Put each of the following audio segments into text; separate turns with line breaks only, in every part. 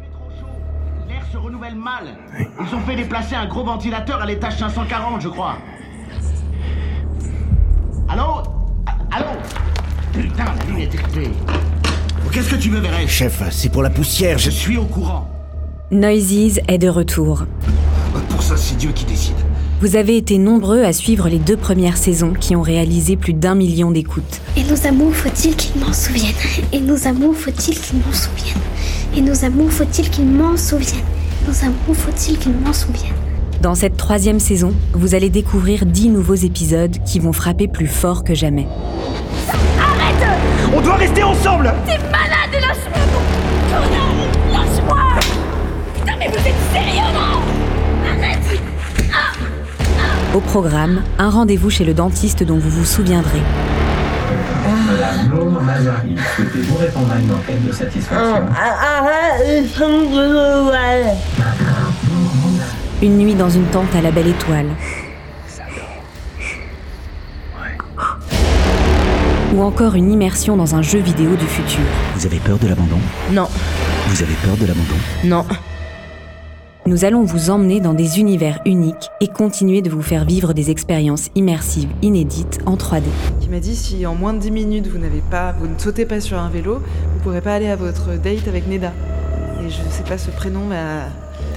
fait trop chaud. L'air se renouvelle mal. Ils ont fait déplacer un gros ventilateur à l'étage 540, je crois. Allô A- Allô Putain, la ligne est coupée. Qu'est-ce que tu veux, Verèche
Chef, c'est pour la poussière,
Je
je...
suis au courant.
Noises est de retour.
Pour ça, c'est Dieu qui décide.
Vous avez été nombreux à suivre les deux premières saisons qui ont réalisé plus d'un million d'écoutes.
Et nos amours, faut-il qu'ils m'en souviennent Et nos amours, faut-il qu'ils m'en souviennent Et nos amours, faut-il qu'ils m'en souviennent Nos amours, faut-il qu'ils m'en souviennent
Dans cette troisième saison, vous allez découvrir dix nouveaux épisodes qui vont frapper plus fort que jamais.
On doit rester ensemble
Au programme, un rendez-vous chez le dentiste dont vous vous souviendrez.
Madame Laure Mazari, souhaitez-vous répondre à une enquête de satisfaction
Une nuit dans une tente à la belle étoile. Ou encore une immersion dans un jeu vidéo du futur.
Vous avez peur de l'abandon
Non,
Vous avez peur de l'abandon
non.
Nous allons vous emmener dans des univers uniques et continuer de vous faire vivre des expériences immersives inédites en 3D.
qui m'a dit si en moins de 10 minutes vous n'avez pas, vous ne sautez pas sur un vélo, vous pourrez pas aller à votre date avec Neda. Et je sais pas ce prénom, mais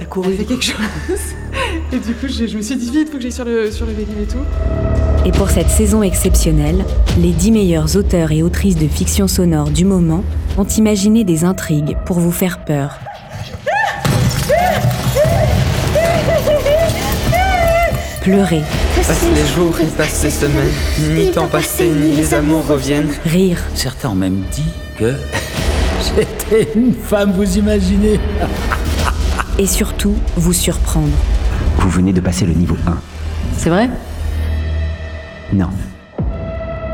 t'as couru fait quelque chose. Et du coup, je, je me suis dit vite, faut que j'aille sur le sur le vélib et tout.
Et pour cette saison exceptionnelle, les 10 meilleurs auteurs et autrices de fiction sonore du moment ont imaginé des intrigues pour vous faire peur. Pleurer,
Passent les jours et passent les semaines, ni temps passé, ni les amours reviennent.
rire,
Certains ont même dit que...
J'étais une femme, vous imaginez
et surtout vous surprendre.
Vous venez de passer le niveau 1.
C'est vrai
Non.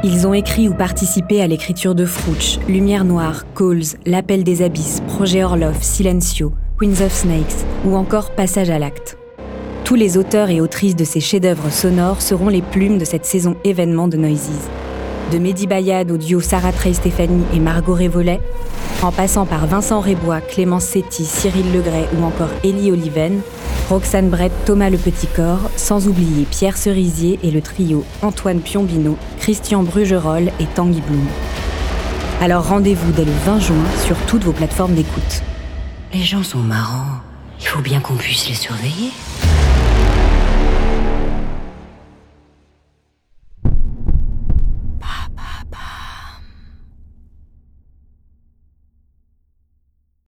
Ils ont écrit ou participé à l'écriture de Frouch, Lumière Noire, Calls, L'Appel des Abysses, Projet Orlov, Silencio, Queens of Snakes ou encore Passage à l'acte. Tous les auteurs et autrices de ces chefs-d'œuvre sonores seront les plumes de cette saison événement de Noises. De Mehdi Bayad au duo Sarah Trey Stéphanie et Margot Révolet, en passant par Vincent Rébois, Clémence Setti, Cyril Legret ou encore Élie Oliven, Roxane Brett, Thomas Le Petit Corps, sans oublier Pierre Cerisier et le trio Antoine Piombino, Christian Brugerolles et Tanguy Bloom. Alors rendez-vous dès le 20 juin sur toutes vos plateformes d'écoute.
Les gens sont marrants. Il faut bien qu'on puisse les surveiller.